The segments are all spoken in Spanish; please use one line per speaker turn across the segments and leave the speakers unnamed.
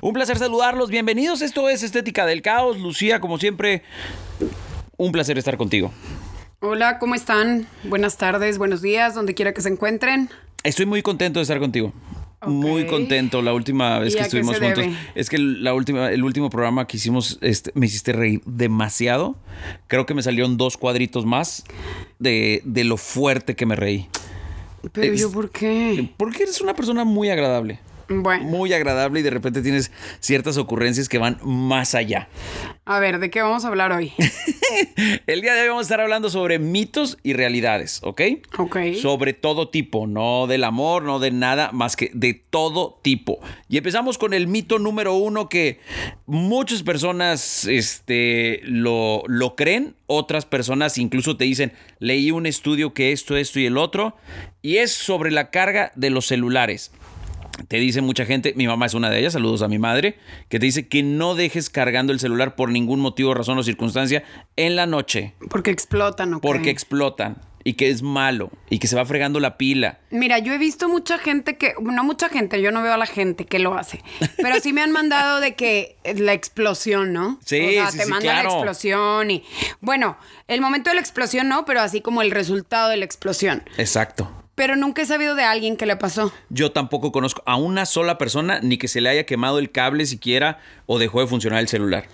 Un placer saludarlos. Bienvenidos. Esto es Estética del Caos. Lucía, como siempre, un placer estar contigo.
Hola, ¿cómo están? Buenas tardes, buenos días, donde quiera que se encuentren.
Estoy muy contento de estar contigo. Muy
Ok.
contento la última vez
¿Y
que
a qué
estuvimos
se
juntos.
debe?
Es que la última, el último programa que hicimos este, me hiciste reír demasiado. Creo que me salieron dos cuadritos más de, de lo fuerte que me reí.
Pero
Es-
yo, ¿por qué?
Porque eres una persona muy agradable.
Bueno,
Muy agradable y de repente tienes ciertas ocurrencias que van más allá.
a ver, ¿de qué vamos a hablar hoy?
El día de hoy vamos a estar hablando sobre mitos y realidades, ¿ok?
Ok.
Sobre todo tipo, no del amor, no de nada, más que de todo tipo. Y empezamos con el mito número uno que muchas personas este, lo, lo creen, otras personas incluso te dicen, leí un estudio que esto, esto y el otro, y es sobre la carga de los celulares. Te dice mucha gente, mi mamá es una de ellas, saludos a mi madre, que te dice que no dejes cargando el celular por ningún motivo, razón o circunstancia en la noche,
Porque explotan, ¿ok?
porque explotan y que es malo y que se va fregando la pila.
Mira, yo he visto mucha gente que, no mucha gente, yo no veo a la gente que lo hace, pero sí me han mandado de que eh, la explosión, ¿no?
Sí,
o sea,
sí,
te
sí,
mandan
claro.
la explosión y, bueno, el momento de la explosión no, pero así como el resultado de la explosión.
Exacto.
Pero nunca he sabido de alguien que le pasó.
Yo tampoco conozco a una sola persona ni que se le haya quemado el cable siquiera o dejó de funcionar el celular.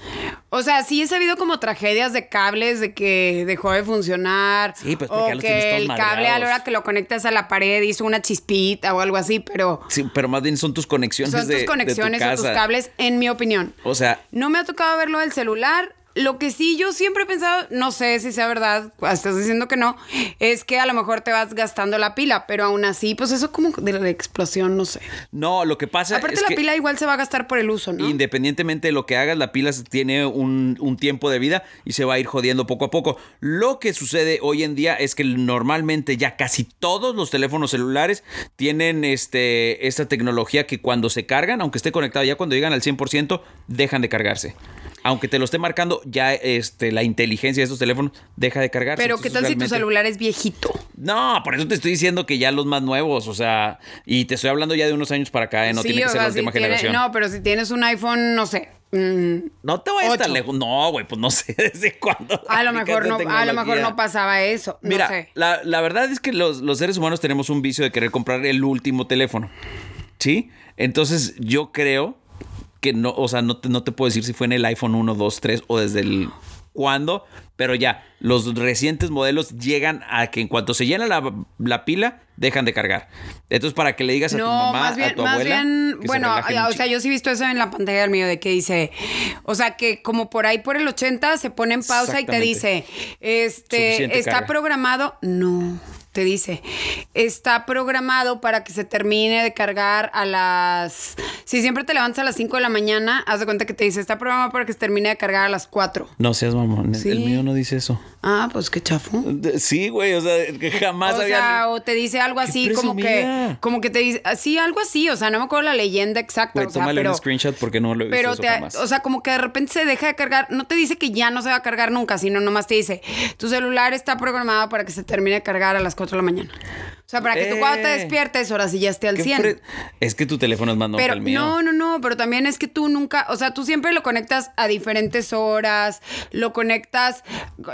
O sea, sí he sabido como tragedias de cables de que dejó de funcionar.
Sí, pues, porque
o
ya los tienes
que
todos
el cable a la hora
madreados.
que lo conectas a la pared hizo una chispita o algo así, pero
Sí, pero más bien son tus conexiones
son
de- de
tus
tu
conexiones o tus
casa.
cables, en mi opinión.
O sea,
No me ha tocado verlo del celular. Lo que sí yo siempre he pensado, no sé si sea verdad, estás diciendo que no, es que a lo mejor te vas gastando la pila, pero aún así, pues eso como de la explosión, no sé.
no, lo que pasa
Aparte
es
la
que
pila igual se va a gastar por el uso, ¿no?
Independientemente de lo que hagas, la pila se- tiene un, un tiempo de vida y se va a ir jodiendo poco a poco. Lo que sucede hoy en día es que normalmente ya casi todos los teléfonos celulares tienen este, esta tecnología que cuando se cargan, aunque esté conectado, ya cuando llegan al 100%, dejan de cargarse. Aunque te lo esté marcando, ya este, la inteligencia de estos teléfonos deja de cargarse.
pero ¿qué
Entonces,
tal si tu
realmente-
celular es viejito?
no, por eso te estoy diciendo que ya los más nuevos, o sea, y te estoy hablando ya de unos años para acá, ¿eh? no
Sí,
tiene que
o
ser
sea,
la
si
última
tiene-
generación.
No, pero si tienes un iPhone, no sé. mm,
No te voy a estar
Ocho.
lejos. No, güey, pues no sé desde cuándo.
a lo
aplicas
mejor no,
esta
a lo mejor
tecnología.
no pasaba eso. No
Mira,
sé.
la, la verdad es que los, los seres humanos tenemos un vicio de querer comprar el último teléfono. ¿Sí? Entonces yo creo que no, o sea, no te, no te puedo decir si fue en el iPhone 1, 2, 3 o desde el cuándo, pero ya, los recientes modelos llegan a que en cuanto se llena la, la pila, dejan de cargar. Entonces, para que le digas a tu
No,
mamá,
más bien,
a tu
más
abuela.
bien,
que se
bueno,
relajen
o
un
sea,
chi-
yo sí he visto eso en la pantalla del mío de que dice, o sea, que como por ahí por el 80 se pone en pausa y te dice,
Exactamente.
este,
Suficiente
está
carga.
programado, no, te dice, está programado para que se termine de cargar a las, si siempre te levantas a las 5 de la mañana, haz de cuenta que te dice, está programado para que se termine de cargar a las 4.
No seas mamón,
Sí.
el mío no dice eso.
Ah, pues qué chafo.
De- Sí, güey, o sea, que jamás
o
había.
sea, o te dice algo así, como que,
presumida!
como que te dice, así, algo así, o sea, no me acuerdo la leyenda exacta.
Güey,
o sea,
tómale
pero,
un screenshot porque no lo he visto
pero
eso
te,
jamás.
o sea, como que de repente se deja de cargar, no te dice que ya no se va a cargar nunca, sino nomás te dice, tu celular está programado para que se termine de cargar a las 4 de la mañana. O sea, para que tú cuando te
Eh.
despiertes, ahora sí ya esté al
Qué
100.
fre- Es que tu teléfono es más nuevo que
Pero
el mío.
no, no, no, pero también es que tú nunca, o sea, tú siempre lo conectas a diferentes horas, lo conectas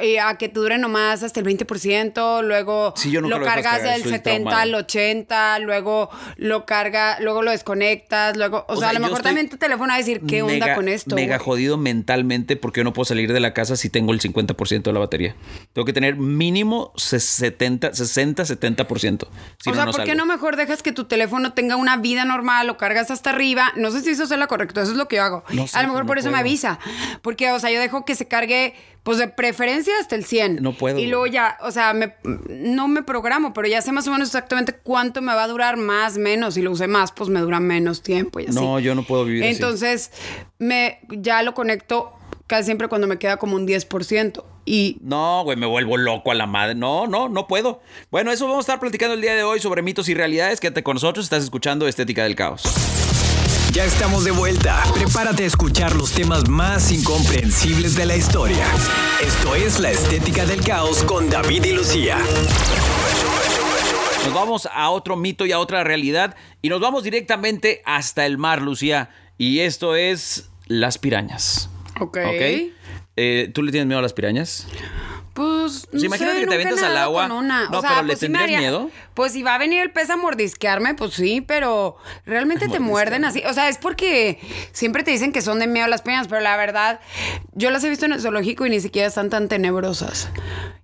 eh, a que te dure nomás hasta el 20%, luego
Sí, yo nunca
lo
lo dejo
cargas
descargar,
del
soy
70
traumado.
al 80, luego lo carga, luego lo desconectas, luego, o,
O sea,
sea, a
yo
lo mejor
estoy
también tu teléfono va a decir, ¿qué onda
Mega-
con esto?
Mega
güey?"
jodido mentalmente porque yo no puedo salir de la casa si tengo el 50% de la batería. Tengo que tener mínimo se- 70, 60, 70%. Si
o
no,
sea,
no
¿por qué
salgo.
no mejor dejas que tu teléfono tenga una vida normal, lo cargas hasta arriba? No sé si quiso hacer la correcta, eso es lo que yo hago.
No sé,
a lo mejor
no
por eso me
puedo.
avisa, porque, o sea, yo dejo que se cargue, pues de preferencia hasta el 100.
No puedo,
Y luego
güey.
ya, o sea, me- no me programo, pero ya sé más o menos exactamente cuánto me va a durar más, menos. Si lo usé más, pues me dura menos tiempo y así.
No, yo no puedo vivir así.
Entonces, me, ya lo conecto casi siempre cuando me queda como un 10%. Y
No, güey, me vuelvo loco a la madre. No, no, no puedo. Bueno, eso vamos a estar platicando el día de hoy sobre mitos y realidades. Quédate con nosotros, estás escuchando Estética del Caos.
Ya estamos de vuelta. Prepárate a escuchar los temas más incomprensibles de la historia. Esto es La Estética del Caos con David y Lucía.
Nos vamos a otro mito y a otra realidad y nos vamos directamente hasta el mar, Lucía. Y esto es las pirañas.
Ok.
Eh, ¿Tú le tienes miedo a las pirañas?
Pues, no
Pues imagínate
sé,
que te
nunca he
avientas al
nadado
agua.
con una.
No,
o sea,
pero ¿le
pues, sí me
tendrías
haría-
miedo?
Pues si va a venir el pez a mordisquearme, pues sí, pero realmente te muerden así. O sea, es porque siempre te dicen que son de miedo las peñas, pero la verdad, yo las he visto en el zoológico y ni siquiera están tan tenebrosas.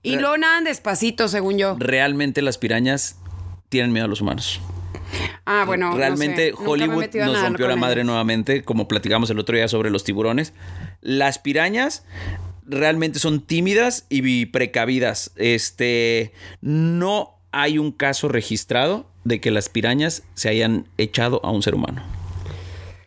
Y
Re-
luego nadan despacito, según yo.
Realmente las pirañas tienen miedo a los humanos.
Ah, bueno. no sé,
Realmente
nunca me he
Hollywood
metido a
nos
nadar
rompió la
con
madre
ellos.
nuevamente, como platicamos el otro día sobre los tiburones. Las pirañas realmente son tímidas y bi- precavidas. Este, no hay un caso registrado de que las pirañas se hayan echado a un ser humano.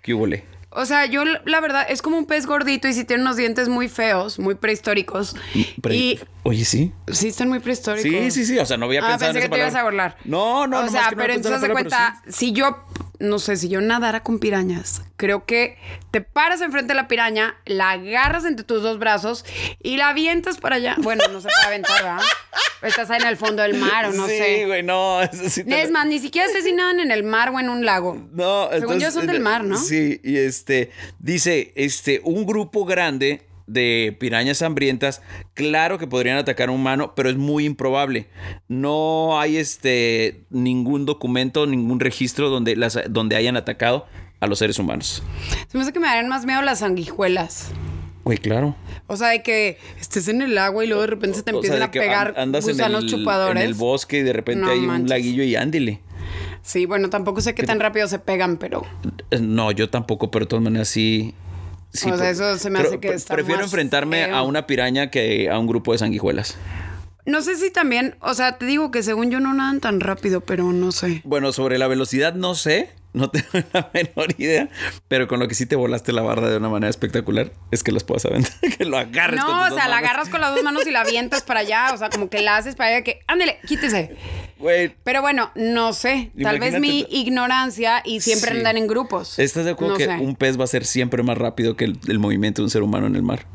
¿Qué hubo, le?
O sea, yo la la verdad es como un pez gordito y si tiene unos dientes muy feos, muy prehistóricos.
Pre-
y
Oye, sí.
sí, están muy prehistóricos.
Sí, sí, sí. O sea, no había
ah,
pensado
pensé
en esa
que te ibas a
palabra.
burlar.
No, no,
O
nomás
sea,
que no
pero
pensé en
entonces
la
de
palabra,
cuenta, si yo, no sé, si yo nadara con pirañas, creo que te paras enfrente de la piraña, la agarras entre tus dos brazos y la avientas para allá. Bueno, no se puede aventar, ¿verdad? Estás ahí en el fondo del mar o no
sí,
sé.
güey, no. eso sí te-
Es más, ni siquiera sé si nadan en el mar o en un lago.
No, eh,
Según yo son del mar, ¿no?
Sí, y este dice, este un grupo grande de pirañas hambrientas, claro que podrían atacar a un humano, pero es muy improbable. No hay este ningún documento, ningún registro donde las donde hayan atacado a los seres humanos.
Se me hace que me darían más miedo las sanguijuelas.
Güey, claro.
O sea, de que estés en el agua y luego de repente se te
O sea,
empiezan
de
a
que
pegar
an- andas en
gusanos
el-
chupadores.
En el bosque y de repente
No
hay un
manches.
laguillo y ándele.
Sí, bueno, tampoco sé qué tan rápido se pegan, pero.
Eh, No, yo tampoco, pero de todas maneras sí. sí,
O sea,
pre-
eso se me
creo-
hace que
pre-
está
Prefiero
más
enfrentarme
feo.
a una piraña que a un grupo de sanguijuelas.
No sé si también, o sea, te digo que según yo no nadan tan rápido, pero no sé.
Bueno, sobre la velocidad no sé, no tengo la menor idea, pero con lo que sí te volaste la barda de una manera espectacular es que las puedas aventar, que lo agarres. con
No,
tus
o
dos
sea, la
manos.
agarras con las dos manos y la avientas para allá, o sea, como que la haces para allá que, ándele, quítese.
Güey,
Pero bueno, no sé, tal vez mi
Imagínate-
ignorancia y siempre
Sí.
andan en grupos.
¿estás de acuerdo
No
que
sé.
un pez va a ser siempre más rápido que el, el movimiento de un ser humano en el mar?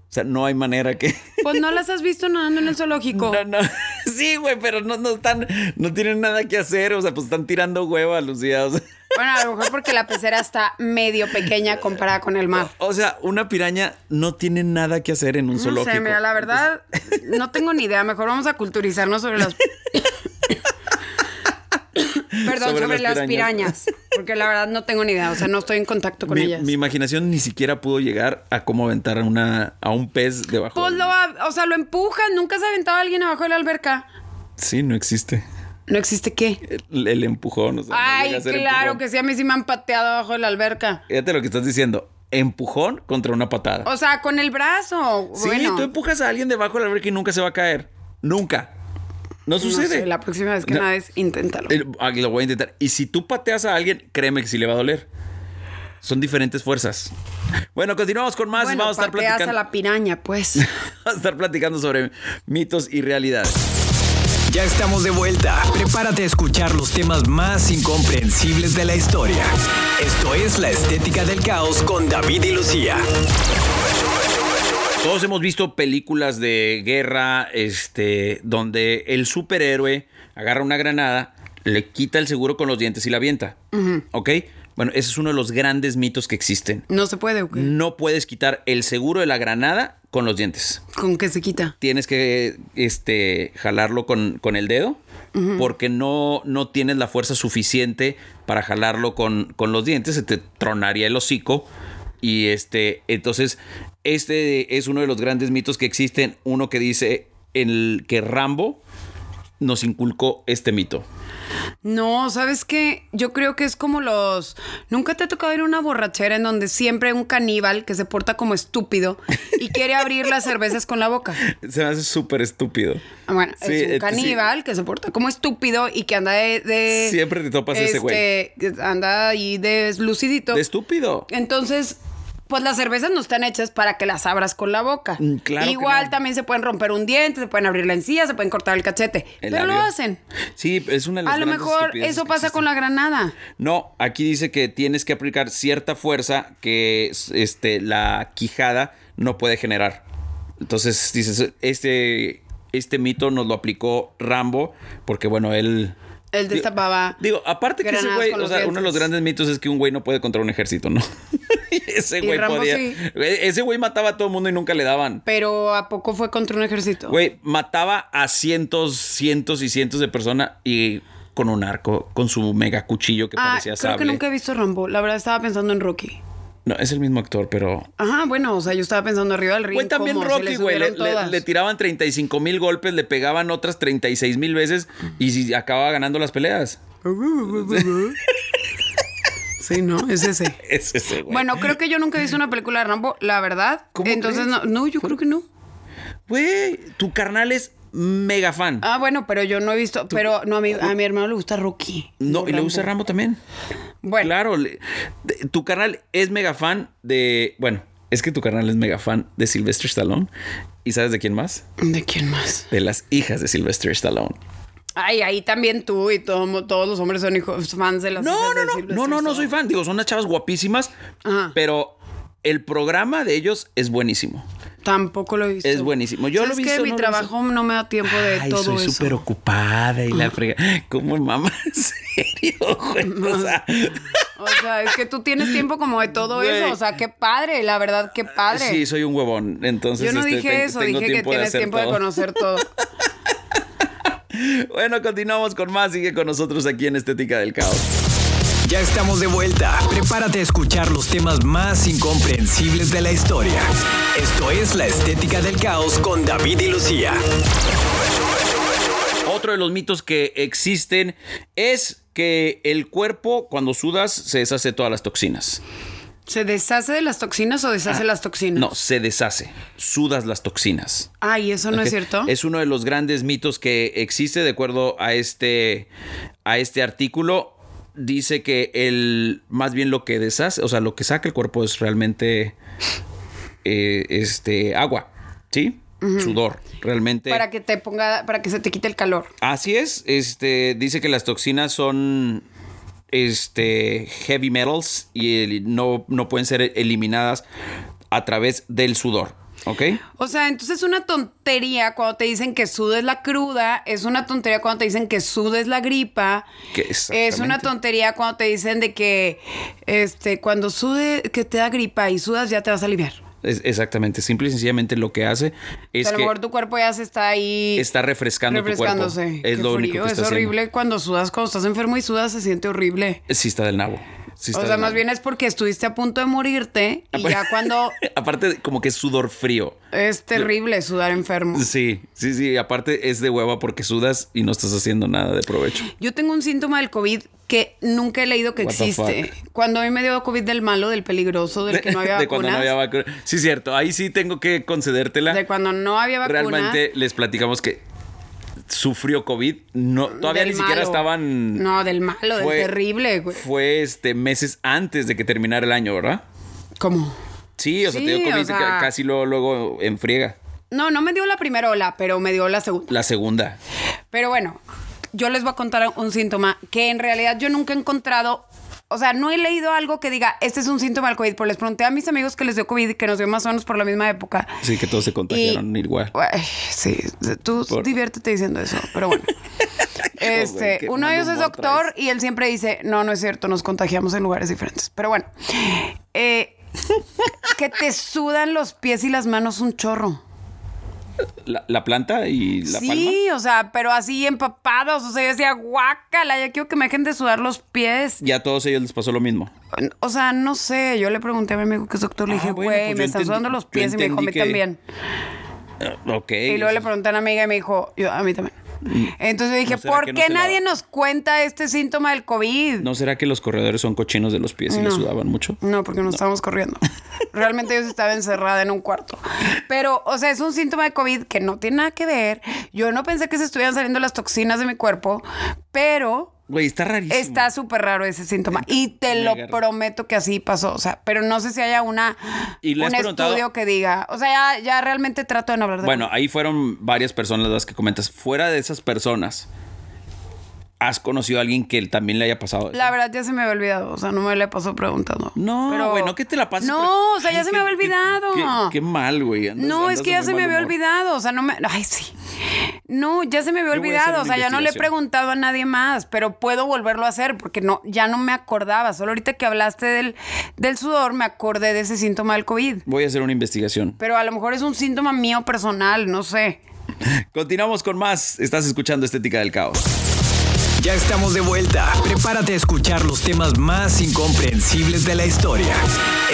O sea, no hay manera que...
Pues no las has visto nadando en el zoológico.
No, no. Sí, güey, pero no, no están, no tienen nada que hacer, o sea, pues están tirando hueva, Lucía. O sea,
Bueno, a lo mejor porque la pecera está medio pequeña comparada con el mar.
o sea, una piraña no tiene nada que hacer en un
No
zoológico.
sé, mira, la verdad, no tengo ni idea. Mejor vamos a culturizarnos sobre las. Perdón,
Sobre
sobre,
las pirañas.
las, pirañas. Porque la verdad no tengo ni idea. O sea, no estoy en contacto con
mi,
ellas.
mi imaginación ni siquiera pudo llegar a cómo aventar a, una, a un pez debajo.
Pues
del
lo,
mar.
a- o sea, lo empujan. Nunca se ha aventado alguien abajo de la alberca.
Sí, no existe.
¿No existe qué?
El, el empujón. O sea, no
Ay,
llega a ser
claro
empujón.
que sí. A mí sí me han pateado abajo de la alberca.
Fíjate lo que estás diciendo. Empujón contra una patada.
O sea, con el brazo.
sí,
bueno.
tú empujas a alguien debajo de la alberca y nunca se va a caer. Nunca. No
No
sucede.
sé, la próxima vez que
No.
nades, inténtalo.
El- ah, lo voy a intentar. Y si tú pateas a alguien, créeme que sí le va a doler. Son diferentes fuerzas. Bueno, continuamos con más.
bueno,
Vamos a estar
pateas
platicando.
a la piraña, pues.
Vamos a estar platicando sobre mitos y realidades.
Ya estamos de vuelta. Prepárate a escuchar los temas más incomprensibles de la historia. Esto es La Estética del Caos con David y Lucía.
Todos hemos visto películas de guerra, este, donde el superhéroe agarra una granada, le quita el seguro con los dientes y la avienta. ¿Ok? Bueno, ese es uno de los grandes mitos que existen.
No se puede, ¿o qué?
No puedes quitar el seguro de la granada con los dientes.
¿Con qué se quita?
Tienes que este, jalarlo con, con el dedo porque no, no tienes la fuerza suficiente para jalarlo con, con los dientes. Se te tronaría el hocico. Y este, entonces, este es uno de los grandes mitos que existen. Uno que dice el que Rambo nos inculcó este mito.
No, ¿sabes qué? Yo creo que es como los... Nunca te ha tocado ir a una borrachera en donde siempre hay un caníbal que se porta como estúpido y quiere abrir las cervezas con la boca.
Se me hace súper estúpido.
Ah, Bueno,
Sí,
es
eh,
un caníbal que se porta como estúpido y que anda de... de-
Siempre te topas ese güey.
este, Anda ahí deslucidito.
De estúpido.
Entonces, pues las cervezas no están hechas para que las abras con la boca.
Mm, claro que
Igual
no.
también se pueden romper un diente, se pueden abrir la encía, se pueden cortar el cachete.
El
pero lo
labio.
hacen.
Sí, es una de las
A lo
grandes
mejor
estupideces
eso
que
pasa
existen.
con la granada.
No, aquí dice que tienes que aplicar cierta fuerza que es- este, la quijada no puede generar. Entonces dices, este, este mito nos lo aplicó Rambo, porque bueno, él.
Él destapaba.
Digo, aparte que ese
granadas
güey,
con
o
los
sea, uno de los
dientes.
grandes mitos es que un güey no puede contra un ejército, ¿no? ese
Y
güey
Rambo
podía. E,
sí.
Ese güey mataba a todo el mundo y nunca le daban.
Pero ¿a poco fue contra un ejército?
Güey, mataba a cientos, cientos y cientos de personas y con un arco, con su mega cuchillo que
ah,
parecía
creo
sable.
que nunca he visto Rambo. La verdad estaba pensando en Rocky.
No, es el mismo actor, pero.
Ajá, bueno, o sea, yo estaba pensando arriba del ring.
Güey, también
cómo se
Rocky,
le
güey. Le,
subieron
le-
todas.
le tiraban 35 mil golpes, le pegaban otras 36 mil veces y si- acababa ganando las peleas.
Sí, ¿no? Es ese.
Es ese, güey.
Bueno, creo que yo nunca he visto una película de Rambo, la verdad.
¿Cómo
Entonces,
crees?
no, no, yo creo que no.
Güey, tu carnal es mega fan.
Ah, bueno, pero yo no he visto. Pero no, a mi, a mi hermano le gusta Rocky.
no, y le gusta Rambo también.
Bueno,
Claro, le- de- tu carnal es mega fan de. Bueno, es que tu carnal es mega fan de Sylvester Stallone. ¿Y sabes de quién más?
¿de quién más?
De las hijas de Sylvester Stallone.
Ay, ahí también tú y todo- todos los hombres son hijos fans de las.
No,
hijas
no,
de
no,
Sylvester
no, no, no
Stallone.
soy fan. Digo, son unas chavas guapísimas,
Ajá.
pero el programa de ellos es buenísimo.
Tampoco lo he visto.
Es buenísimo. Yo lo he
¿Sabes
visto,
qué? mi
no lo he
trabajo no me da tiempo de
Ay,
todo
soy
eso.
súper ocupada y la frega. ¿Cómo mamá? En serio, güey. O sea,
O sea, es que tú tienes tiempo como de todo
Güey.
eso. O sea, qué padre, la verdad, qué padre.
sí, soy un huevón. Entonces,
yo no
este,
dije
ten-
eso,
tengo
dije que
de
tienes
hacer
tiempo de
todo.
conocer todo.
Bueno, continuamos con más. Sigue con nosotros aquí en Estética del Caos.
Ya estamos de vuelta. Prepárate a escuchar los temas más incomprensibles de la historia. Esto es La Estética del Caos con David y Lucía.
Otro de los mitos que existen es que el cuerpo, cuando sudas, se deshace todas las toxinas.
¿Se deshace de las toxinas o deshace las toxinas?
Ah, No, se deshace. Sudas las toxinas.
Ay, eso no es
Ok.
cierto.
Es uno de los grandes mitos que existe de acuerdo a este, a este artículo. Dice que el, más bien lo que deshace, o sea, lo que saca el cuerpo es realmente eh, este, agua, ¿sí? Sudor, realmente.
Para que te ponga, para que se te quite el calor.
Así es, este, dice que las toxinas son este, heavy metals y el- no, no pueden ser eliminadas a través del sudor, ¿ok?
O sea, entonces es una tontería cuando te dicen que sudes la cruda, es una tontería cuando te dicen que sudes la gripa,
Que
es una
exactamente.
tontería cuando te dicen de que este cuando sude que te da gripa y sudas ya te vas a aliviar.
Es- exactamente, simple y sencillamente lo que hace
O
es
sea, a lo
que
mejor tu cuerpo ya se está ahí
está refrescando tu cuerpo.
refrescándose.
Es
Qué
lo único
frío,
que está
es
haciendo.
horrible cuando sudas, cuando estás enfermo y sudas se siente horrible.
Sí está del nabo. Sí está
o sea,
del
más
nabo.
bien es porque estuviste a punto de morirte y ya cuando
Aparte como que es sudor frío.
es terrible sudar enfermo.
Sí, sí, sí, aparte es de hueva porque sudas y no estás haciendo nada de provecho.
Yo tengo un síntoma del COVID que nunca he leído que
What the
existe. Cuando a mí me dio COVID del malo, del peligroso, del que no había
de cuando
vacunas.
no había vacunas. Sí, cierto, ahí sí tengo que concedértela.
de cuando no había vacunas.
Realmente les platicamos que sufrió COVID, no todavía
del
ni siquiera
malo.
estaban
No, del malo, del terrible, güey.
Fue este meses antes de que terminara el año, ¿verdad?
¿Cómo?
Sí, o sea, te
Sí,
dio
o
COVID
sea-
ca- casi luego, luego en friega.
No, no me dio la primera ola, pero me dio la segunda.
La segunda.
Pero bueno, yo les voy a contar un síntoma que en realidad yo nunca he encontrado. O sea, no he leído algo que diga, este es un síntoma del COVID. Pero les pregunté a mis amigos que les dio COVID, que nos dio más o menos por la misma época.
Sí, que todos se contagiaron
Y-
igual.
Ay, sí, tú
Por-
diviértete diciendo eso, pero bueno.
Joder,
este,
qué
uno
mal
de ellos es
humor
doctor
traes.
y él siempre dice, no, no es cierto, nos contagiamos en lugares diferentes. Pero bueno, eh, que te sudan los pies y las manos un chorro.
La, la planta y la palma.
sí, o sea, pero así empapados, o sea, yo decía, guácala, ya quiero que me dejen de sudar los pies.
Y a todos ellos les pasó lo mismo.
O sea, no sé, yo le pregunté a mi amigo que es doctor,
Ah,
le dije, güey,
bueno, pues yo
me están
entendí-
sudando los
yo
pies y me dijo, a mí
entendí que-
también.
Eh, ok.
Y luego le pregunté a una amiga y me dijo, yo, a mí también. Entonces dije,
Mm. ¿No será
¿por
que
qué
no se la-
nadie nos cuenta este síntoma del COVID?
¿No será que los corredores son cochinos de los pies y le
No.
sudaban mucho?
No, porque no, estábamos corriendo. Realmente yo sí estaba encerrada en un cuarto. Pero, o sea, es un síntoma de COVID que no tiene nada que ver. Yo no pensé que se estuvieran saliendo las toxinas de mi cuerpo, pero
Güey, está rarísimo.
está súper raro ese síntoma. Y te lo
Mega raro.
prometo que así pasó. O sea, pero no sé si haya una,
¿Y le
un
has preguntado?
estudio que diga. O sea, ya, ya realmente trato de no hablar de
Bueno, ahí fueron varias personas las que comentas. Fuera de esas personas, ¿has conocido a alguien que también le haya pasado? eso?
La verdad ya se me había olvidado, o sea, no me le pasó preguntando.
Pues No, güey, no que te la pases.
No, o sea, ya
Ay,
se
qué-
me había
qué-
olvidado.
Qué, qué mal, güey. Andas-
No,
andas
es
de
que ya
muy
se me
mal
había
humor.
olvidado, o sea, no me... Ay, sí. No, ya se me había
Yo voy a hacer
olvidado, o
una
sea, ya no le he
investigación.
preguntado a nadie más, pero puedo volverlo a hacer porque no, ya no me acordaba, solo ahorita que hablaste del, del sudor me acordé de ese síntoma del COVID,
Voy a hacer una investigación.
pero a lo mejor es un síntoma mío personal, no sé.
Continuamos con más. Estás escuchando Estética del Caos.
Ya estamos de vuelta. Prepárate a escuchar los temas más incomprensibles de la historia.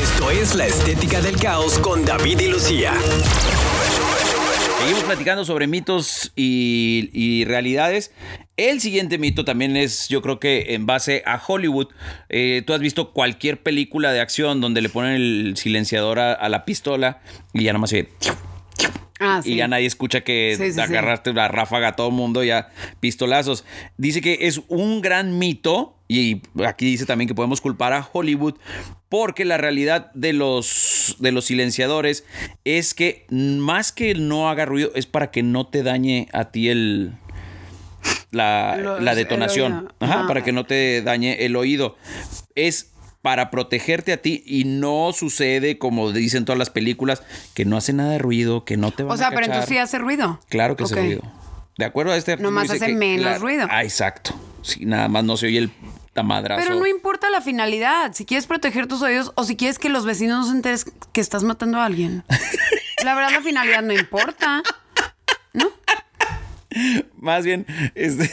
Esto es La Estética del Caos con David y Lucía.
Seguimos platicando sobre mitos y, y realidades. El siguiente mito también es, yo creo que en base a Hollywood. Eh, Tú has visto cualquier película de acción donde le ponen el silenciador a, a la pistola y ya nomás se
Ah,
y
sí.
ya nadie escucha que
Sí, sí, sí.
agarraste la ráfaga a todo mundo, ya pistolazos. Dice que es un gran mito, y aquí dice también que podemos culpar a Hollywood, porque la realidad de los, de los silenciadores es que más que no haga ruido, es para que no te dañe a ti el... La,
Los-
la
el
detonación,
oído. Ah,
Ajá,
Ajá.
para que no te dañe el oído. Es para protegerte a ti y no sucede como dicen todas las películas, que no hace nada de ruido, que no te van
O sea,
a
pero
cachar.
entonces sí hace ruido.
Claro que
Ok.
hace ruido. De acuerdo a este artículo.
Nomás
dice
hace
que
menos ruido.
Ah, exacto. Sí, nada más no se oye el tamadrazo.
Pero no importa la finalidad. Si quieres proteger tus oídos o si quieres que los vecinos no se enteren que estás matando a alguien. La verdad, la finalidad no importa.
Más bien, este,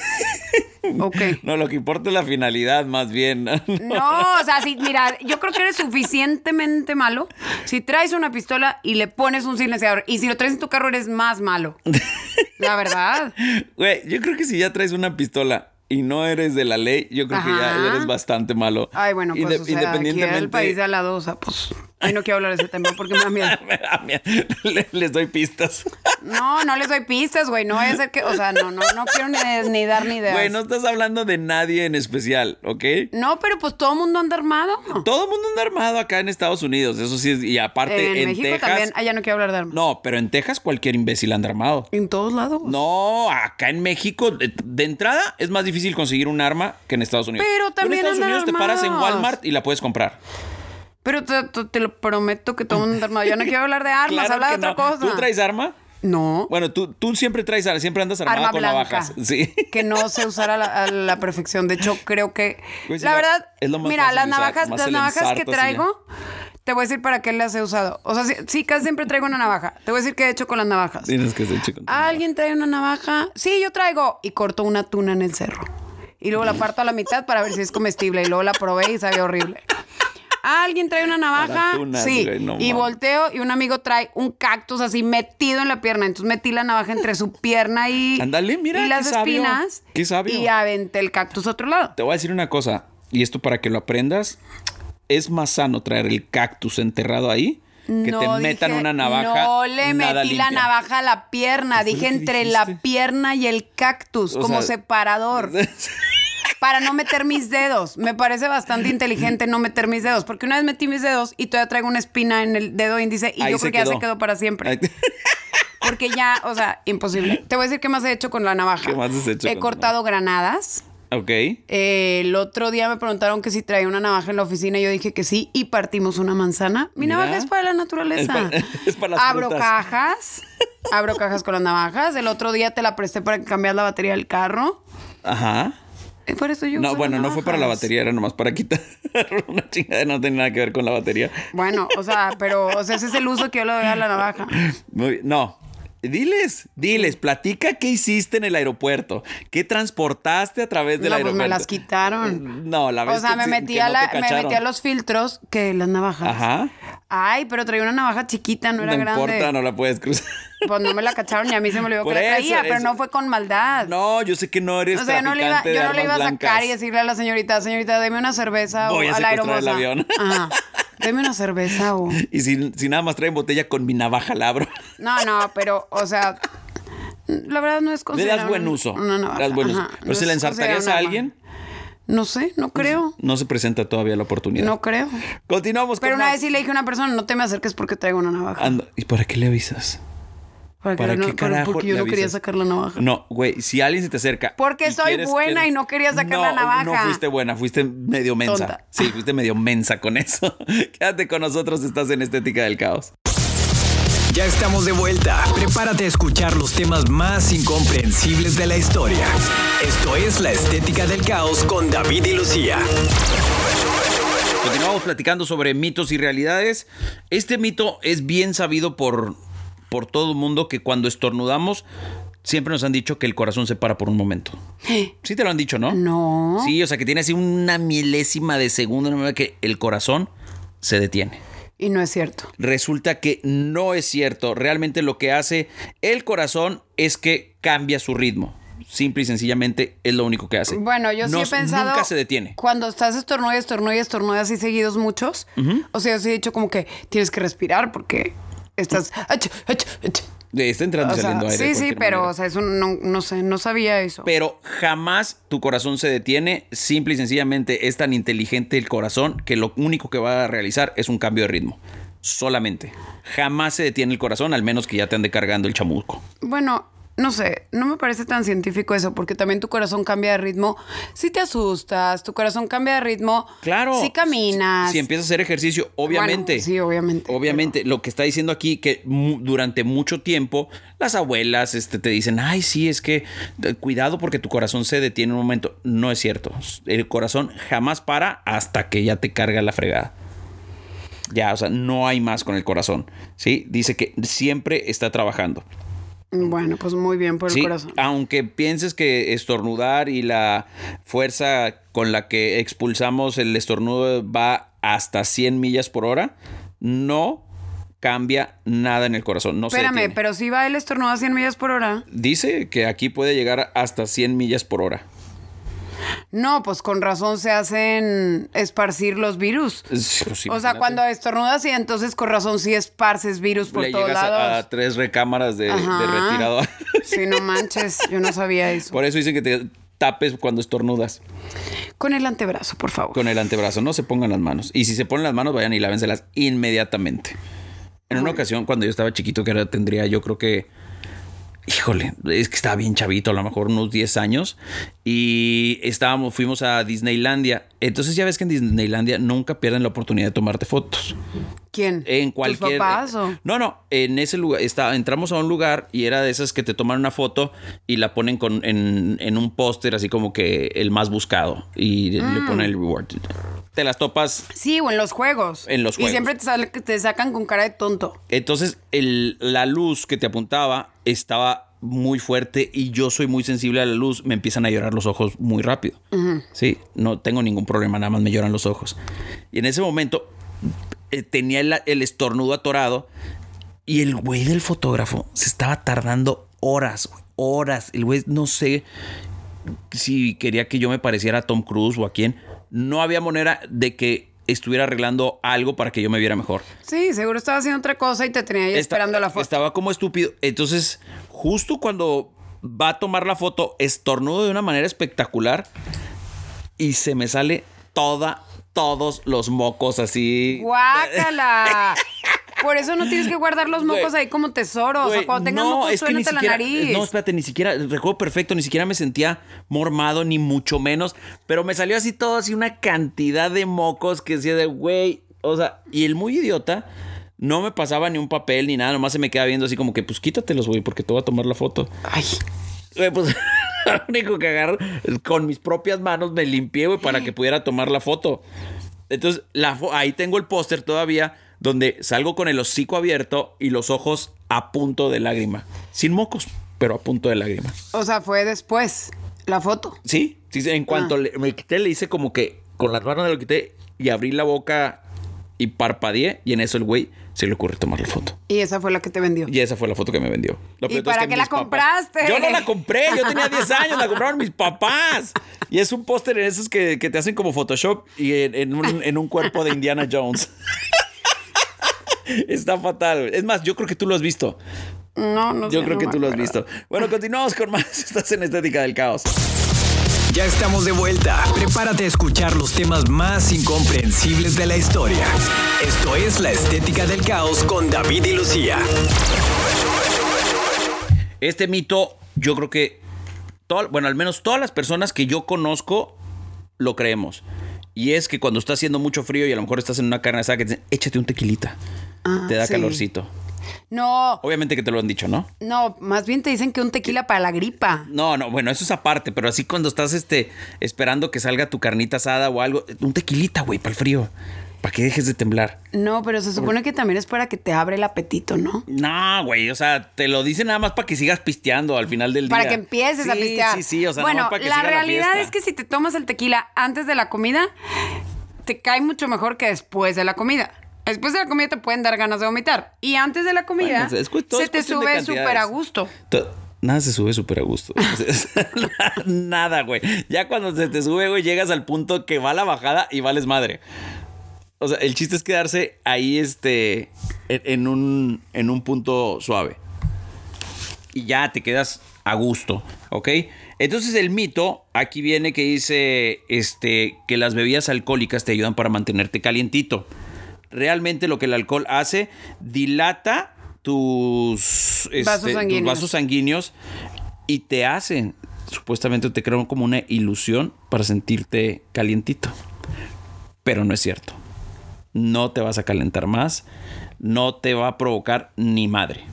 Ok.
no, lo que importa es la finalidad, más bien.
No, o sea, si, mira, yo creo que eres suficientemente malo si traes una pistola y le pones un silenciador. Y si lo traes en tu carro, eres más malo. La verdad.
Güey, yo creo que si ya traes una pistola y no eres de la ley, yo creo que ya
Ajá.
eres bastante malo.
Ay, bueno, pues,
Inde-
o sea, aquí el país de la dosa, pues... Ay, no quiero hablar de ese tema porque me da miedo.
Me da miedo. Le- Les doy pistas.
No, no les doy pistas, güey. No voy a ser que... O sea, no, no, no quiero ni, ni dar ni ideas.
Güey, no estás hablando de nadie en especial, ¿ok?
No, pero pues todo el mundo anda armado.
Todo el mundo anda armado acá en Estados Unidos, eso sí, es- y aparte
en,
en,
México
Texas.
también. Ah, ya no quiero hablar de armas.
No, pero en Texas cualquier imbécil anda armado.
En todos lados.
No, acá en México, de, de entrada, es más difícil conseguir un arma que en Estados Unidos.
Pero también
en Estados
andan
Unidos te paras en
armados.
Walmart y la puedes comprar.
Pero te, te- te lo prometo que todo el mundo anda armado. Ya no quiero hablar de armas,
Claro
habla de
que
otra
no.
cosa.
¿Tú traes arma?
No.
Bueno, tú, tú siempre traes arma, siempre andas armada
arma
con
blanca.
navajas. Sí.
Que no se usara a la, a la perfección. De hecho, creo que.
Güey, si
la
la-
verdad,
es lo más
mira,
fácil
las
de usar,
navajas,
nomás
las
se le
navajas que
ensartas y ya.
traigo, te voy a decir para qué las he usado. O sea, sí, sí, casi siempre traigo una navaja. Te voy a decir que he hecho con las navajas.
Tienes que ser chico.
Ah, ¿Alguien trae una navaja? Sí, yo traigo. Y corto una tuna en el cerro. Y luego la parto a la mitad para ver si es comestible. Y luego la probé y sabe horrible. ¿Alguien trae una navaja?
Para tunas,
sí.
güey, no mames.
y volteo y un amigo trae un cactus así metido en la pierna. Entonces metí la navaja entre su pierna y,
Ándale, mira,
y las
qué sabio,
espinas.
qué sabio.
Y aventé el cactus a otro lado.
Te voy a decir una cosa, y esto para que lo aprendas, es más sano traer el cactus enterrado ahí que
No,
te metan
dije,
una navaja.
No le
nada
metí la
limpia.
navaja a la pierna.
¿Qué fue
Dije
lo que
entre
dijiste?
la pierna y el cactus,
O
como
sea-
separador. para no meter mis dedos. Me parece bastante inteligente no meter mis dedos, porque una vez metí mis dedos y todavía traigo una espina en el dedo índice y
Ahí
yo
se
creo que ya
quedó.
se quedó para siempre. Porque ya, o sea, imposible. Te voy a decir qué más he hecho con la navaja.
¿Qué más has hecho
He
con la
cortado granadas.
ok.
Eh, el otro día me preguntaron que si traía una navaja en la oficina. y Yo dije que sí y partimos una manzana. Mi
Mira.
navaja es para la naturaleza.
Es para- es para las
Abro
frutas.
cajas. Abro cajas con las navajas. El otro día te la presté para cambiar la batería del carro.
Ajá.
Eh, Por eso yo uso
No,
las
bueno, no fue para la
navajas.
batería, era nomás para quitar una chingada, no tenía nada que ver con la batería.
Bueno, o sea, pero o sea, ese es el uso que yo le doy a la navaja.
Muy bien, No. Diles, diles, platica qué hiciste en el aeropuerto, qué transportaste a través del
No, pues
aeropuerto.
me las quitaron.
No, la
O
verdad.
sea, me metí, a la, me metí a los filtros que las navajas.
Ajá.
Ay, pero traía una navaja chiquita, no era
no
grande.
importa, no la puedes cruzar.
Pues no me la cacharon y a mí se me olvidó
Por
que la
eso,
traía, pero
eso.
no fue con maldad.
No, yo sé que no eres
o sea, yo no le iba,
traficante de
yo no le iba
armas
a sacar
blancas.
y decirle a la señorita, señorita, deme una cerveza
Voy
o
a
al
secuestrar el
aeromoza.
avión.
Ajá. Deme una cerveza o.
Y si, si nada más traen botella con mi navaja la abro.
No, no, pero, o sea, la verdad no es
Le
considerable.
das buen uso.
una navaja,
Le das buen uso.
ajá.
Pero
No
si
es
la ensartarías a
considerable.
alguien, Pues
No sé, no creo.
no se presenta todavía la oportunidad.
No creo.
Continuamos con
Pero una
más.
vez sí le dije a una persona, no te me acerques porque traigo una navaja.
Anda, ¿Y para qué le avisas?
Para que
Ah, ¿Para
no-
qué
pero
carajo
Porque yo
le
no quería
avisas?
sacar la navaja.
No, güey, si alguien se te acerca.
Porque
y
soy
quieres
buena y no quería sacar la navaja.
No fuiste buena, fuiste medio mensa.
Tonta.
Sí, fuiste medio mensa con eso. Quédate con nosotros, estás en Estética del Caos.
Ya estamos de vuelta. Prepárate a escuchar los temas más incomprensibles de la historia. Esto es La Estética del Caos con David y Lucía.
Continuamos platicando sobre mitos y realidades. Este mito es bien sabido por, por todo el mundo que cuando estornudamos siempre nos han dicho que el corazón se para por un momento. Sí te lo han dicho, ¿no?
No.
Sí, o sea que tiene así una milésima de segundo de manera que el corazón se detiene.
Y no es cierto.
Resulta que no es cierto. Realmente lo que hace el corazón es que cambia su ritmo. Simple y sencillamente es lo único que hace.
Bueno, yo
No-
sí he pensado.
Nunca se detiene.
Cuando estás estornuda, estornuda, estornuda así seguidos muchos. O sea, yo sí he dicho como que tienes que respirar porque estás. ach, ach, ach.
Está entrando y
O sea,
saliendo aire. de
sí, sí,
cualquier
pero,
manera.
o sea, eso no, no sé, no sabía eso.
Pero jamás tu corazón se detiene. Simple y sencillamente es tan inteligente el corazón que lo único que va a realizar es un cambio de ritmo. Solamente. Jamás se detiene el corazón, al menos que ya te ande cargando el chamuco.
Bueno, no sé, no me parece tan científico eso, porque también tu corazón cambia de ritmo. Si te asustas, tu corazón cambia de ritmo.
Claro.
Si caminas.
Si, si empiezas a hacer ejercicio, obviamente.
sí, obviamente,
Obviamente, lo que está diciendo aquí que mu- durante mucho tiempo las abuelas este, te dicen, ay, sí, es que eh, cuidado porque tu corazón se detiene un momento. No es cierto. El corazón jamás para hasta que ya te carga la fregada. Ya, o sea, no hay más con el corazón. Sí, dice que siempre está trabajando.
Bueno, pues muy bien por
Sí, ah,
el corazón.
Aunque pienses que estornudar y la fuerza con la que expulsamos el estornudo va hasta 100 millas por hora, no cambia nada en el corazón. No se
Espérame,
detiene.
pero si va el estornudo a 100 millas por hora.
Dice que aquí puede llegar hasta 100 millas por hora.
No, pues con razón se hacen esparcir los virus.
Es- pues,
o sea,
imagínate.
cuando estornudas y entonces con razón sí esparces virus por
le
todos
llegas
lados.
a, a tres recámaras de, de
Ajá.
retirado.
Sí, no manches, yo no sabía eso.
Por eso dicen que te tapes cuando estornudas
Con el antebrazo, por favor.
con el antebrazo. No se pongan las manos. Y si se ponen las manos, vayan y lávenselas inmediatamente. En una ocasión, cuando yo estaba chiquito, que ahora tendría yo creo que... Híjole, es que estaba bien chavito, a lo mejor unos 10 años. Y estábamos, fuimos a Disneylandia. Entonces ya ves que en Disneylandia nunca pierden la oportunidad de tomarte fotos.
¿Quién?
En cualquier.
¿Tus papás o?
No, no. En ese lugar. Está, entramos a un lugar y era de esas que te toman una foto y la ponen con, en, en un póster, así como que el más buscado. Y
Mm.
le ponen el reward. Te las topas.
Sí, o en los juegos.
En los juegos.
Y siempre te, sale- te sacan con cara de tonto.
Entonces, el- la luz que te apuntaba estaba muy fuerte y yo soy muy sensible a la luz. Me empiezan a llorar los ojos muy rápido. Sí, no tengo ningún problema, nada más me lloran los ojos. Y en ese momento eh, tenía el, el estornudo atorado y el güey del fotógrafo se estaba tardando horas, güey, horas. El güey, no sé si quería que yo me pareciera a Tom Cruise o a quién. No había manera de que estuviera arreglando algo para que yo me viera mejor.
Sí, seguro estaba haciendo otra cosa y te tenía ahí
Esta-
esperando la foto.
Estaba como estúpido. Entonces, justo cuando va a tomar la foto, estornudo de una manera espectacular y se me sale toda, todos los mocos así.
¡Guácala! Por eso no tienes que guardar los
Güey.
mocos ahí como tesoros. o sea,
Güey,
cuando tengas mocos,
es que ni
suénate la
siquiera- eh,
nariz.
No, espérate, ni siquiera, recuerdo perfecto, ni siquiera me sentía mormado, ni mucho menos, pero me salió así todo, así una cantidad de mocos que decía de, güey, o sea, y el muy idiota no me pasaba ni un papel ni nada, nomás se me queda viendo así como que, pues quítatelos, güey, porque te voy a tomar la foto.
Ay,
Güey, pues lo único que agarro es con mis propias manos me limpié, güey, para que pudiera tomar la foto. Entonces, la fo- ahí tengo el póster todavía donde salgo con el hocico abierto y los ojos a punto de lágrima. Sin mocos, pero a punto de lágrima.
o sea, fue después la foto.
Sí, sí, sí, en cuanto le- me quité, le hice como que con las manos me lo quité y abrí la boca y parpadeé y en eso el güey se le ocurre tomar la foto.
Y esa fue la que te vendió.
Y esa fue la foto que me vendió. Lo peor
¿Y
de todo
para
es
qué la
mis papás-
compraste?
Yo no la compré, yo tenía 10 años, la compraron mis papás. Y es un póster de esos que, que te hacen como Photoshop y en, en un, en un cuerpo de Indiana Jones. Está fatal. Es más, yo creo que tú lo has visto.
No, no
Yo
sé,
creo
no
que
me
tú lo has
acuerdo.
visto. Bueno, continuamos con más. Estás en Estética del Caos.
Ya estamos de vuelta. Prepárate a escuchar los temas más incomprensibles de la historia. Esto es La Estética del Caos con David y Lucía.
Este mito, yo creo que, todo- bueno, al menos todas las personas que yo conozco lo creemos. Y es que cuando está haciendo mucho frío y a lo mejor estás en una carne asada que te dicen, échate un tequilita.
Ah,
te da
sí.
calorcito.
No,
Obviamente que te lo han dicho, ¿no?
no, más bien te dicen que un tequila para la gripa.
No, no, bueno, eso es aparte, pero así cuando estás este, esperando que salga tu carnita asada o algo, un tequilita, güey, para el frío, para que dejes de temblar.
No, pero se supone que también es para que te abra el apetito, ¿no?
No, güey, o sea, te lo dicen nada más para que sigas pisteando al final del
Para
día.
que empieces a
Sí,
pistear.
Sí, sí, o sea,
bueno,
nomás para que
la
siga
realidad
fiesta.
es que si te tomas el tequila antes de la comida, te cae mucho mejor que después de la comida. Después de la comida te pueden dar ganas de vomitar. Y antes de la comida,
Bueno, es cu- todo
se
es
te
cuestión de
sube
cantidades.
súper a gusto.
To- Nada se sube súper a gusto. O sea, Nada, güey. Ya cuando se te sube, güey, llegas al punto que va la bajada y vales madre. O sea, el chiste es quedarse ahí, este, en, en un, en un punto suave. Y ya te quedas a gusto, ¿ok? Entonces el mito, aquí viene que dice, este, que las bebidas alcohólicas te ayudan para mantenerte calientito. Realmente lo que el alcohol hace, dilata tus, este,
Vasos
tus
sanguíneos.
vasos sanguíneos y te hacen, supuestamente te crean como una ilusión para sentirte calientito. Pero no es cierto. No te vas a calentar más, no te va a provocar ni madre.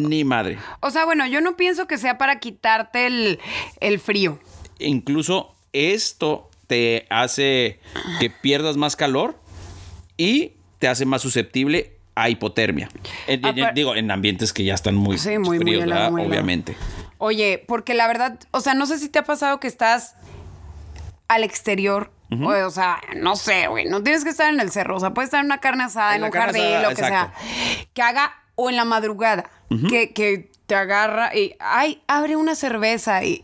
Ni madre.
O sea, bueno, yo no pienso que sea para quitarte el, el frío.
Incluso esto te hace que pierdas más calor y te hace más susceptible a hipotermia. En- en-
Apar-
digo, en ambientes que ya están muy
Sí, muy, muy
fríos,
helado,
¿verdad?
muy helado.
Obviamente.
Oye, porque la verdad, o sea, no sé si te ha pasado que estás al exterior. o, o sea, no sé, güey. No tienes que estar en el cerro. O sea, puedes estar en una carne asada,
En
en,
la
un
carne
jardín,
asada,
lo que
exacto.
sea. Que haga, o en la madrugada, que, que te agarra y, ay, abre una cerveza y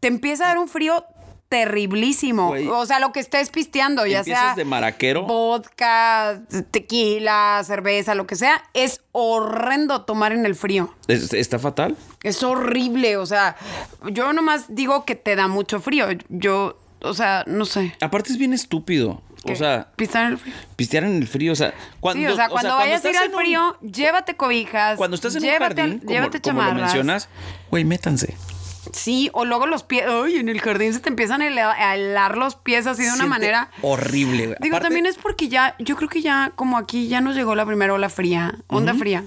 te empieza a dar un frío terriblísimo.
Güey.
o sea, lo que estés pisteando, ya
Empiezas
sea
de maraquero.
vodka, tequila, cerveza, lo que sea, es horrendo tomar en el frío.
Es- Está fatal.
Es horrible, o sea, yo nomás digo que te da mucho frío. Yo, o sea, no sé.
Aparte es bien estúpido. O
¿Qué?
sea,
Pisar en el frío.
pistear en el frío. O sea, cuando,
sí, o sea, cuando vayas
estás
a ir
en
al
un-
frío, llévate cobijas.
cuando estás en
llévate,
un jardín, como,
llévate
como lo
chamarras.
mencionas, güey, métanse.
Sí, o luego los pies, ay, en el jardín se te empiezan a hela- a helar los pies así de una
Siente
manera.
horrible. güey.
Digo,
Aparte-
también es porque ya, yo creo que ya, como aquí ya nos llegó la primera ola fría, onda fría.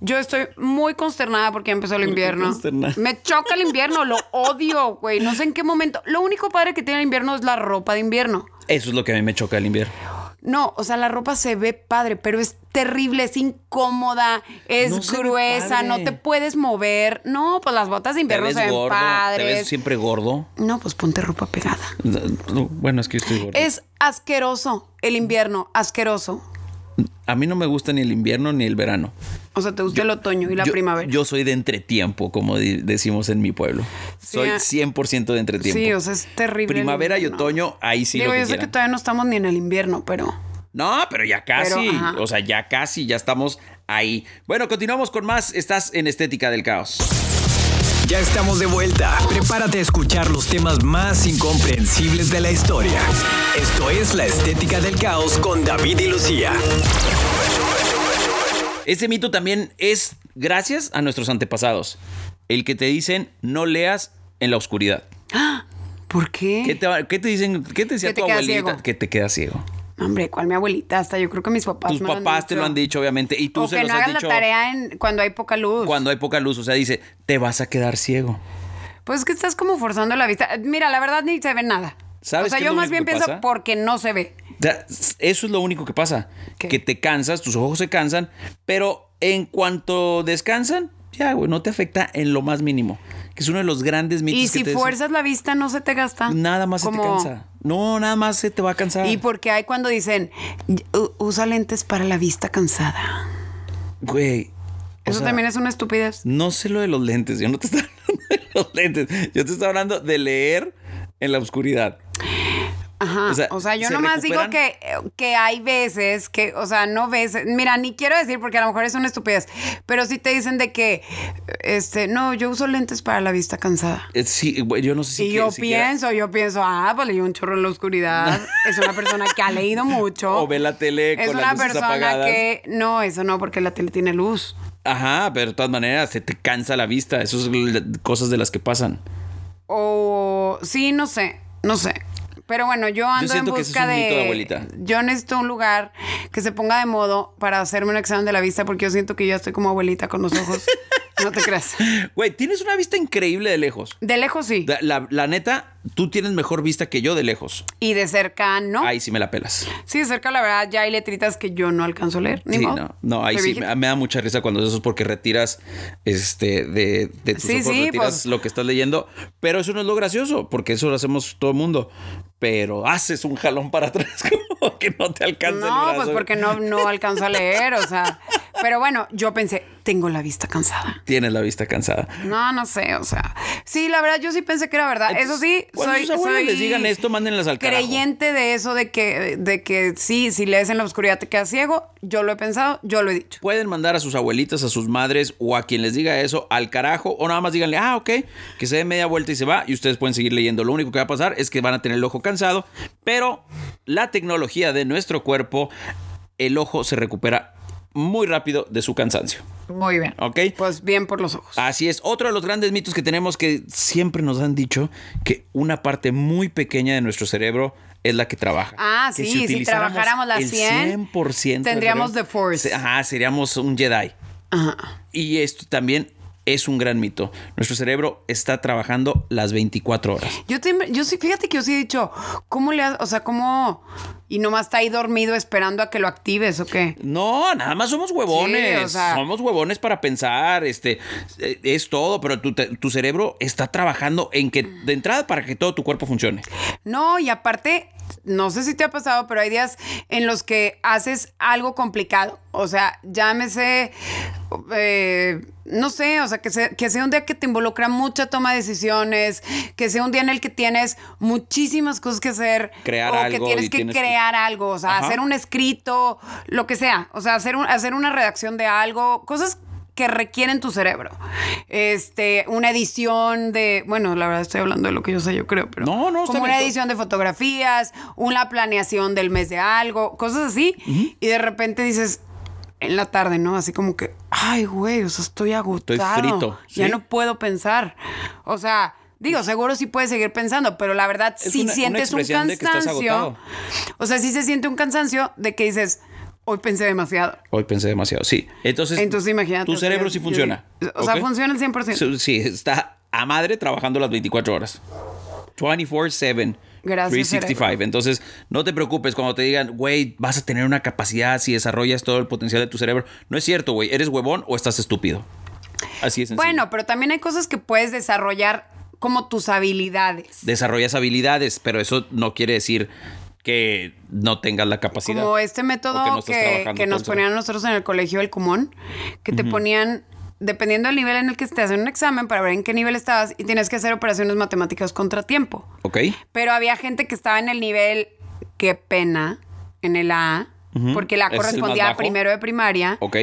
Yo estoy muy consternada porque ya empezó el invierno.
consternada.
Me choca el invierno, lo odio, güey. No sé en qué momento. Lo único padre que tiene el invierno es la ropa de invierno.
Eso es lo que a mí me choca el invierno.
No, o sea, la ropa se ve padre, pero es terrible, es incómoda, es
No se ve
gruesa,
padre.
no te puedes mover. No, pues las botas de
Te
invierno
ves
se ven
gordo, te ves
padres.
siempre gordo.
No, pues ponte ropa pegada.
No, Bueno, es que yo estoy gordo.
Es asqueroso el invierno, asqueroso.
A mí no me gusta ni el invierno ni el verano.
O sea, te gusta el otoño y la
yo,
primavera.
Yo soy de entretiempo, como di- decimos en mi pueblo.
Sí,
soy
ah.
100% de entretiempo.
Sí, o sea, es terrible. el
Primavera y
invierno.
otoño, ahí sí
Digo,
lo que
yo sé que
quieran.
todavía no estamos ni en el invierno, pero.
No, pero ya casi.
Pero, ajá.
o sea, ya casi, ya estamos ahí. Bueno, continuamos con más. Estás en Estética del Caos.
Ya estamos de vuelta. Prepárate a escuchar los temas más incomprensibles de la historia. Esto es La Estética del Caos con David y Lucía.
Ese mito también es gracias a nuestros antepasados. El que te dicen no leas en la oscuridad.
¿Por qué?
¿Qué te, va- qué te dicen? ¿Qué te decía
Que te
tu
quedas
abuelita?
ciego.
Que te quedas ciego.
Hombre, ¿cuál mi abuelita? Hasta yo creo que mis papás.
Tus
me
papás te lo han dicho, obviamente. Y tú
o
se
que
los
no
has
hagas
dicho
la tarea en, cuando hay poca luz.
cuando hay poca luz. O sea, dice, te vas a quedar ciego.
Pues es que estás como forzando la vista. Eh, Mira, la verdad ni se ve nada.
¿Sabes
o sea,
qué es
yo
lo
más
único
bien
que
pienso
pasa?
porque no se ve.
O sea, s- Eso es lo único que pasa.
¿Qué?
Que te cansas, tus ojos se cansan, pero en cuanto descansan, ya, güey, no te afecta en lo más mínimo. que es uno de los grandes mitos.
Y
que
si
te-
fuerzas la vista, no se te gasta.
Nada más se te
Como-
cansa. No, nada más se te va a cansar.
Y porque hay cuando dicen, "U- usa lentes para la vista cansada.
Güey. o
Eso
sea,
también es una estupidez.
No sé lo de los lentes. Yo no te estaba hablando de los lentes. Yo te estaba hablando de leer en la oscuridad.
Ajá.
o
O
sea,
sea, yo
se
nomás
recuperan-
digo que, que hay veces que, o sea, no veces. Mira, ni quiero decir porque a lo mejor es una estupidez, pero sí te dicen de que, este, no, yo uso lentes para la vista cansada.
Eh, Sí, güey, yo no sé si.
y yo
que- siquiera-
pienso, yo pienso, ah, pues leí un chorro en la oscuridad. es una persona que ha leído mucho.
O ve la tele
Es
con
una
las luces
persona
apagadas.
que, no, eso no, porque la tele tiene luz.
Ajá, pero de todas maneras se te cansa la vista. Esas son las cosas de las que pasan.
O sí, no sé, no sé. Pero bueno, yo ando en
siento que ese es
busca
un
de,
mito de abuelita.
Yo necesito un lugar que se ponga de modo para hacerme un examen de la vista porque yo siento que yo estoy como abuelita con los ojos. no te creas.
Güey, tienes una vista increíble de lejos.
De lejos sí.
La, la- la neta, tú tienes mejor vista que yo de lejos.
y de cerca no.
Ahí sí me la pelas.
Sí, de cerca la verdad ya hay letritas que yo no alcanzo a leer. Ni
Sí,
modo.
no, no, ahí
Soy
sí
viejita.
me, me da mucha risa cuando eso es porque retiras este de, de tus
Sí,
ojos,
sí,
retiras
pues.
lo que estás leyendo, pero eso no es lo gracioso, porque eso lo hacemos todo el mundo, pero haces un jalón para atrás como que no te alcanza el
No,
brazo.
pues porque no, no alcanzo a leer, o sea. Pero bueno, yo pensé, tengo la vista cansada.
tienes la vista cansada.
No, no sé, o sea. Sí, la verdad, yo sí pensé que era verdad. eso sí,
cuando
soy.
sus abuelos
soy
les digan esto, mándenlas al carajo.
Creyente de eso, de que, de que sí, si lees en la oscuridad te quedas ciego. Yo lo he pensado, yo lo he dicho.
Pueden mandar a sus abuelitas, a sus madres o a quien les diga eso al carajo o nada más díganle, ah, ok, que se dé media vuelta y se va y ustedes pueden seguir leyendo. Lo único que va a pasar es que van a tener el ojo cansado, pero la tecnología de nuestro cuerpo, el ojo se recupera muy rápido de su cansancio,
Muy bien.
¿ok? Ah.
Pues bien por los ojos.
Así es, otro de los grandes mitos que tenemos que siempre nos han dicho que una parte muy pequeña de nuestro cerebro es la que trabaja.
Ah,
Que
sí, si
utilizáramos
trabajáramos la
el
100,
100% del
tendríamos
cerebro,
the force.
se- Ajá, seríamos un Jedi.
Ajá.
Y esto también es un gran mito. Nuestro cerebro está trabajando las 24 horas.
Yo, tem- yo sí, fíjate que yo sí he dicho, ¿cómo le has, o sea, cómo, y nomás está ahí dormido esperando a que lo actives o qué?
No, nada más somos huevones.
Sí, o sea-
somos huevones para pensar. Este eh, es todo, pero tu, te- tu cerebro está trabajando en que de entrada para que todo tu cuerpo funcione.
No, y aparte, no sé si te ha pasado, pero hay días en los que haces algo complicado. O sea, llámese, eh, no sé, o sea, que, se- que sea un día que te involucra mucha toma de decisiones, que sea un día en el que tienes muchísimas cosas que hacer.
Crear
o
algo
que tienes
y
que
tienes que-
crear algo, o sea,
Ajá.
hacer un escrito, lo que sea. O sea, hacer, un- hacer una redacción de algo, cosas que requieren tu cerebro. Este, una edición de, bueno, la verdad estoy hablando de lo que yo sé, yo creo, pero
No, no, está
como
bien,
una
todo-
edición de fotografías, una planeación del mes de algo, cosas así. Y de repente dices, en la tarde, ¿no? Así como que, ay, güey, o sea, estoy agotado.
frito,
Ya
¿sí?
no puedo pensar. O sea, digo, seguro sí puedes seguir pensando, pero la verdad
Es
sí
una- una
sientes un
expresión de que estás
cansancio.
agotado.
O sea, sí se siente un cansancio de que dices, hoy pensé demasiado.
Hoy pensé demasiado. Sí. Entonces,
Entonces imagínate.
Tu cerebro sí
yo-
funciona.
O sea,
¿ok?
funciona al 100%.
Sí, sí, está a madre trabajando las 24 horas. 24/7.
Gracias,
365.
cerebro.
Entonces, no te preocupes cuando te digan, güey, vas a tener una capacidad si desarrollas todo el potencial de tu cerebro. No es cierto, güey. ¿Eres huevón o estás estúpido? Así es.
bueno, pero también hay cosas que puedes desarrollar como tus habilidades.
Desarrollas habilidades, pero eso no quiere decir que no tengas la capacidad.
Como este método
O que no
que,
estás trabajando
que nos
con-
ponían nosotros en el colegio del Cumón, que te ponían, dependiendo del nivel en el que estés, en un examen para ver en qué nivel estabas y tenías que hacer operaciones matemáticas contra tiempo.
¿Ok?
Pero había gente que estaba en el nivel, qué pena, en el A, porque la
Ese es el más
correspondía a
bajo.
primero de primaria.
¿Ok?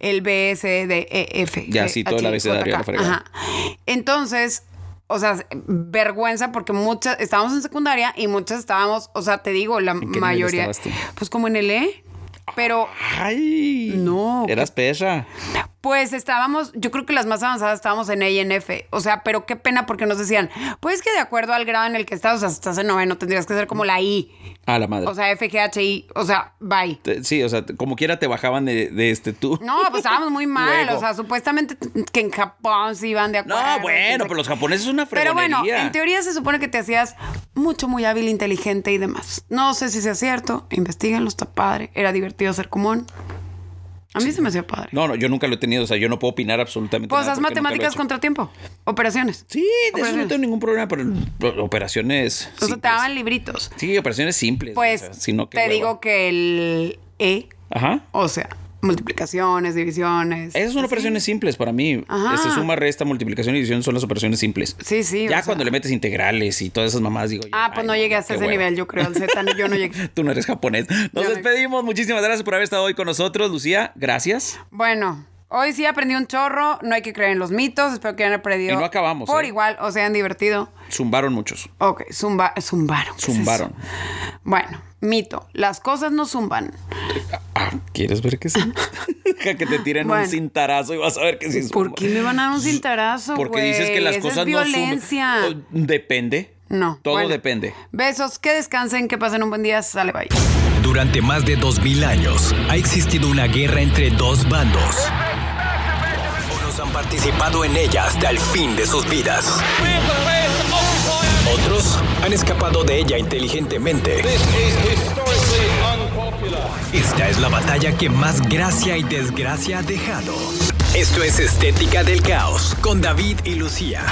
El B, C, D, E, F.
Ya,
G,
sí, todo el
H,
abecedario,
J,
la
K.
fregada.
Ajá. Entonces, o sea, vergüenza porque muchas estábamos en secundaria y muchas estábamos, o sea, te digo, la
qué nivel
mayoría.
estabas tú?
Pues como en el E. Pero
¡Ay!
No,
Eras perra.
pues estábamos, yo creo que las más avanzadas estábamos en E y en F. O sea, pero qué pena porque nos decían, pues que de acuerdo al grado en el que estás, o sea, si estás en noveno, tendrías que ser como la I.
A la madre.
O sea, F, G, H, I. O sea, bye.
Te- Sí, o sea, te- como quiera te bajaban de, de este tú.
No, pues estábamos muy mal.
Luego.
O sea, supuestamente que en Japón sí iban de
No,
acuerdo.
bueno, pero los japoneses es una
Pero
fregonería.
bueno, en teoría se supone que te hacías mucho, muy hábil, inteligente y demás. No sé si sea cierto. Investíguenlo, está padre. Era divertido ser común. A mí se me hacía padre.
No, no, yo nunca lo he tenido, o sea, yo no puedo opinar absolutamente
pues
nada
haz
porque nunca lo he
matemáticas
hecho.
contratiempo. Operaciones.
Sí, de eso no
Operaciones.
tengo ningún problema, pero pero operaciones
O sea, te
simples.
daban libritos.
pues. Sí, operaciones simples.
Pues
o sea, sino que
te
hueva.
digo que el E,
Ajá.
o sea, multiplicaciones, divisiones.
Esas son operaciones simples para mí.
Ajá.
Este, suma, resta, multiplicación y división son las operaciones simples.
Sí, sí, o
Ya
sea.
cuando le metes integrales y todas esas mamás, digo yo,
Ah, pues
ay,
no llegué hasta
qué
ese
hueva.
nivel, yo creo, al Z, no, yo no llegué.
Tú no eres japonés. Nos
Yo no-
despedimos. Muchísimas gracias por haber estado hoy con nosotros, Lucía. Gracias.
Bueno, hoy sí aprendí un chorro, no hay que creer en los mitos, espero que hayan aprendido.
Y no acabamos,
Por
¿eh?
igual, o sean divertido.
Zumbaron muchos.
Ok, zumba, zumbaron. ¿qué es eso?
Zumbaron.
bueno, mito, las cosas no zumban.
Ah, ¿quieres ver que sí? Deja que te tiren
Bueno.
un cintarazo y vas a ver que sí. zumba.
¿Por qué me van a dar un cintarazo?
Porque dices que
güey?
las
Esa
cosas
es
no
violencia.
zumban. Oh, Depende.
No.
Todo
bueno.
depende.
Besos, que descansen, que pasen un buen día. Sale, bye.
Durante más de 2000 años ha existido una guerra entre dos bandos. Unos han participado en ella hasta el fin de sus vidas. Otros han escapado de ella inteligentemente. Esta es la batalla que más gracia y desgracia ha dejado. Esto es Estética del Caos con David y Lucía.